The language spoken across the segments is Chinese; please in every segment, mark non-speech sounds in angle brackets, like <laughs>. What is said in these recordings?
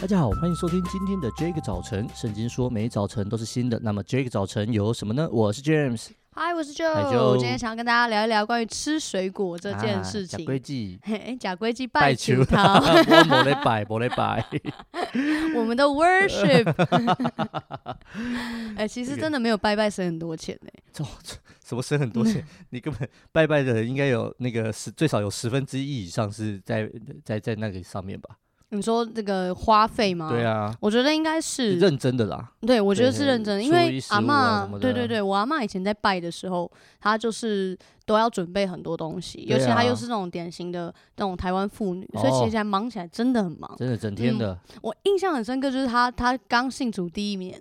大家好，欢迎收听今天的 Jake 早晨。圣经说每早晨都是新的，那么 Jake 早晨有什么呢？我是 James，嗨，我是 Hi， Joe， Joe 今天想要跟大家聊一聊关于吃水果这件事啊、假情。规矩。 <laughs> 嘿，假规矩拜球，求 <laughs> 我他，没得拜，没得拜。我们的 <laughs> worship。哎、其实真的没有拜拜省很多钱呢、这这什么省很 <laughs> 多钱？你根本拜拜的人应该有那个十，最少有十分之一以上是在在在那个上面吧？你说这个花费吗？对，啊，我觉得应该是，认真的啦。对我觉得对是认真的，因初为一十阿五啊嬷什么的对对对，我阿嬷以前在拜的时候，她就是都要准备很多东西，对尤其她啊又是那种典型的那种台湾妇女，所以哦其实还忙起来真的很忙。真的整天嗯的，我印象很深刻，就是她她刚信主第一年，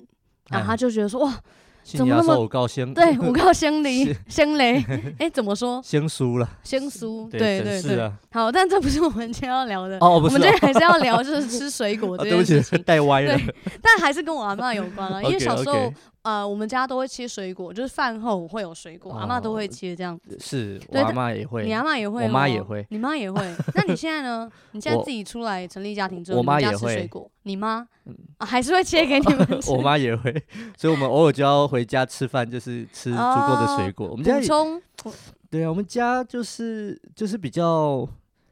然哎后她就觉得说哇。信啊怎么压那么寿高先 <laughs> 对，五告先是离 <laughs> 先雷，哎、怎么说？先输了，先苏，对对对是对。啊。好，但这不是我们今天要聊的，哦，我不是们哦今，天 <laughs> 还是要聊就是吃水果啊这对不件起事，情， <laughs> 带歪了。但还是跟我阿嬷有关 <laughs> 啊，因为 OK，小时 OK 候呃，我们家都会切水果，就是饭后会有水果，阿嬷都哦会切这样子。是我对阿但妈也会你，阿嬷也会，我妈也会，你妈 <laughs> 也会。那你现在呢？你现在我自己出来成立家庭之后，我你妈们家也吃水会嗯果，你妈啊还是会切给你 <laughs> 们吃。 <laughs> 我妈也会，所以我们偶尔就要回家吃饭，就是吃足够的水果。我们家哦补也充对啊，我们家就是就是比较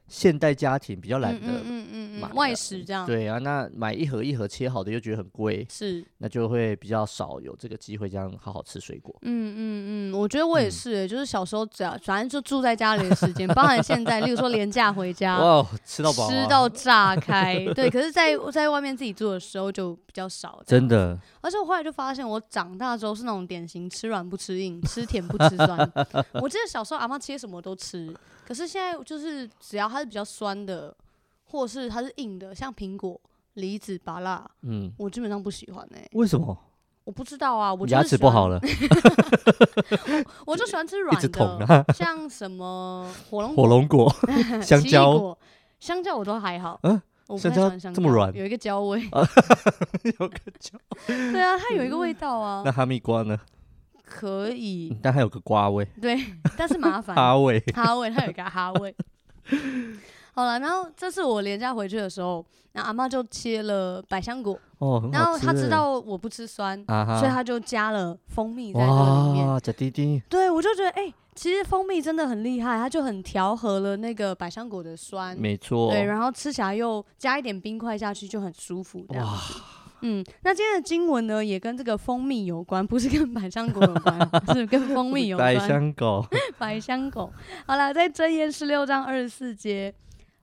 现代家庭，比较懒嗯得。嗯嗯嗯买嗯，外的食这样对啊，那买一盒一盒切好的又觉得很贵，是。那就会比较少有这个机会这样好好吃水果。嗯嗯嗯，我觉得我也嗯是、欸，就是小时候只要反正就住在家里的时间，包含现在，例如说廉价回家，哇，吃到饱、啊，吃到 <laughs> 炸开，对。可是在，在外面自己住的时候就比较少，真。的而且我后来就发现，我长大之后是那种典型吃软不吃硬，吃甜不 <laughs> 吃酸。我记得小时候阿妈切什么都吃，可是现在就是只要它是比较酸的，或是它是硬的，像苹果、梨子、芭辣，嗯，我基本上不喜欢哎、为什么？我不知道啊，我你就是牙齿喜不欢好 <laughs> 了，我就喜欢吃一软直的，捅啊，像 <laughs> 什么火龙火果、龙果、 <laughs> 香奇异蕉，果、香蕉我都还好。嗯我不香太喜蕉欢香这么软啊有一个焦 <laughs> 味。有个 <laughs> 蕉。对啊，它有一个味道啊那，哈密瓜呢？可以嗯但还有个瓜味、对，但是麻烦 <laughs> 哈味。哈味，它有一个哈 <laughs> 味。好了，然后这次我连假回去的时候，然后阿妈就切了百香果，哦，很然好后吃她知欸道我不吃酸，啊哈，所以她就加了蜂蜜在这个里面。哇，小弟弟，对，我就觉得哎、其实蜂蜜真的很厉害，它就很调和了那个百香果的酸，没错，对，然后吃起来又加一点冰块下去就很舒服。这样，哇，嗯，那今天的经文呢也跟这个蜂蜜有关，不是跟百香果有关啊，是跟蜂蜜有百关。香果，百香果。好了，在箴言十六章二十四节，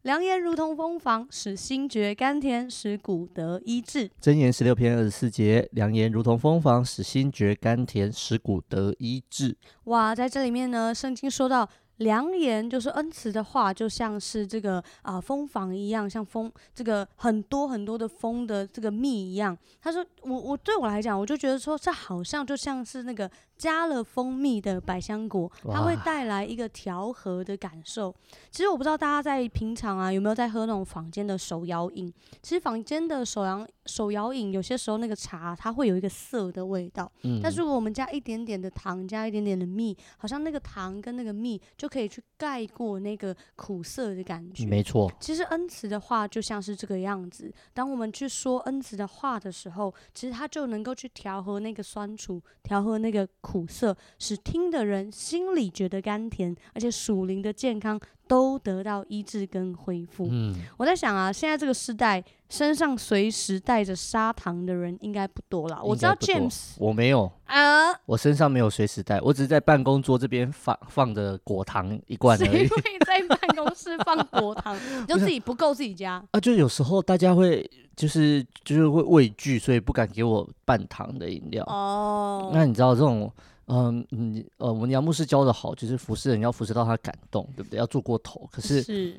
良言如同蜂房，使心觉甘甜，使骨得医治。箴言十六篇二十四节，良言如同蜂房，使心觉甘甜，使骨得医治。哇，在这里面呢，圣经说到良言就是恩慈的话，就像是这个啊、蜂房一样，像蜂这个很多很多的蜂的这个蜜一样。他说我我对我来讲，我就觉得说这好像就像是那个加了蜂蜜的百香果，它会哇带来一个调和的感受。其实我不知道大家在平常啊有没有在喝那种坊间的手摇饮，其实坊间的手摇手摇饮有些时候那个茶它会有一个涩的味道。嗯，但是如果我们加一点点的糖，加一点点的蜜，好像那个糖跟那个蜜就可以去盖过那个苦涩的感觉。没错，其实恩慈的话就像是这个样子，当我们去说恩慈的话的时候，其实它就能够去调和那个酸楚，调和那个苦涩，使听的人心里觉得甘甜，而且属灵的健康都得到医治跟恢复。嗯，我在想啊，现在这个时代，身上随时带着砂糖的人应该不多了。我知道应该不多 James 我没有，啊，我身上没有随时带，我只是在办公桌这边放放着果糖一罐而谁已。会在办公室放果糖？你就自己不够自己加。 <laughs> 啊，就有时候大家会就是就是会畏惧，所以不敢给我半糖的饮料。哦，那你知道这种，嗯，你呃，我们杨牧师教的好，就是服侍人要服侍到他感动，对不对？要做过头，可是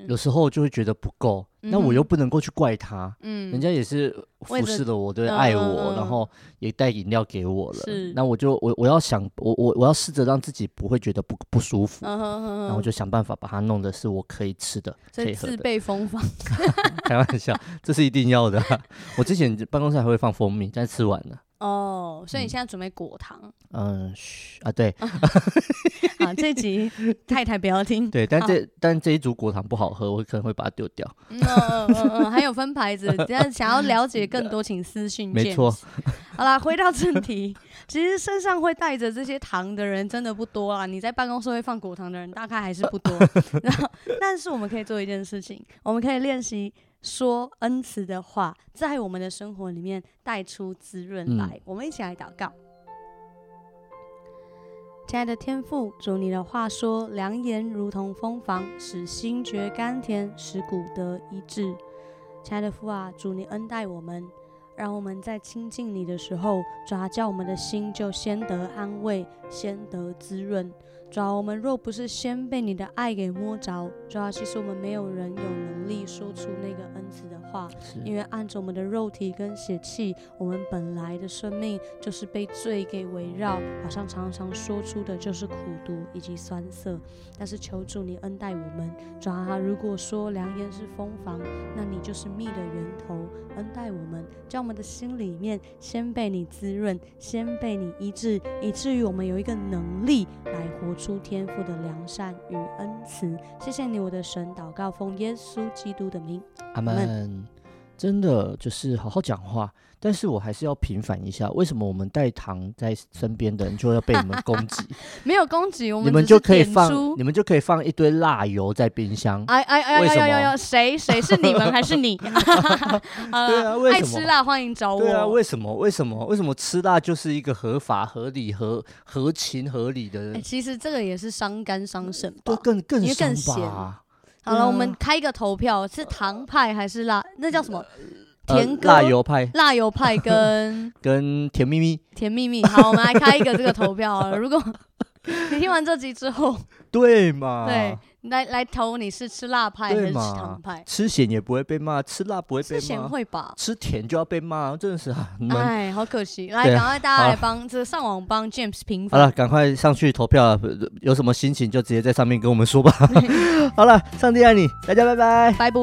有是，时候就会觉得不够，那我又嗯嗯哼不能够去怪他，嗯人家也是服为侍了了我，对，嗯爱嗯我，然嗯后也带饮料给我了是，那我就我我要想，我我我要试着让自己不会觉得不不舒服。嗯哼哼然后我就想办法把它弄的是我可以吃的，可这以喝自的。备蜂房， <laughs> 开玩笑，这是一定要的啊、我之前办公室还会放蜂蜜，但是吃完了，哦，所以你嗯现在准备 <laughs> 果糖嗯，嘘啊，对啊？这集太太不要听。对，但好这但这一组果糖不好喝，我可能会把它丢掉。嗯嗯嗯嗯，还有分 <laughs> 牌子，只要想要了解更多，请私信。没错。好啦，回到正题，其实身上会带着这些糖的人真的不多啦。你在办公室会放果糖的人大概还是不多。然后，但是我们可以做一件事情，我们可以练习说恩慈的话，在我们的生活里面带出滋润来。我们一起来祷告。亲爱的天父，主你的话说，良言如同蜂房，使心觉甘甜，使骨得一致。亲爱的父啊，主你恩待我们，让我们在亲近你的时候，主啊，叫我们的心就先得安慰，先得滋润。主啊，我们若不是先被你的爱给摸着，主啊，其实我们没有人有能力说出那个恩慈的话，是因为按着我们的肉体跟血气，我们本来的生命就是被罪给围绕，好像常常说出的就是苦毒以及酸涩。但是求主你恩待我们，主啊，如果说良言是蜂房，那你就是蜜的源头，恩待我们，将我们的心里面先被你滋润，先被你医治，以至于我们有一个能力来活出天赋的良善与恩慈。谢谢你，我的神，祷告奉耶稣基督的名，阿们门。真的就是好好讲话，但是我还是要平反一下，为什么我们带糖在身边的人就要被你们攻击？没有攻击， <laughs> 我你们们只就是可以点放，出你们就可以放一堆辣油在冰箱。哎哎哎为呀什呀呀么呀！谁谁是你们还是你？ <laughs> 对对啊为爱什么吃辣哦欢迎找我。对啊，为什么？为什么？为什么吃辣就是一个合法、合理、合合情合理的？哎其实这个也是伤肝伤肾吧都。更更因为香更咸吧？好了，我对啊们开一个投票，是糖派还是辣？那叫什么？呃甜哥、辣油派辣油 <laughs> 派跟跟甜咪咪，甜蜜蜜。好，我们来开一个这个投票好了。<laughs> 如果你听完这集之后，对嘛？对，来来投你是吃辣派还对是吃嘛糖派？吃咸也不会被骂，吃辣不会被之前骂，会吧？吃甜就要被骂，真的是啊！你们哎，好可惜。来，对啊赶快大家好来了帮这个上网帮 James 平好反。了，赶快上去投票啊了，有什么心情就直接在上面跟我们说吧。好了，上帝爱你，大家拜拜。拜拜。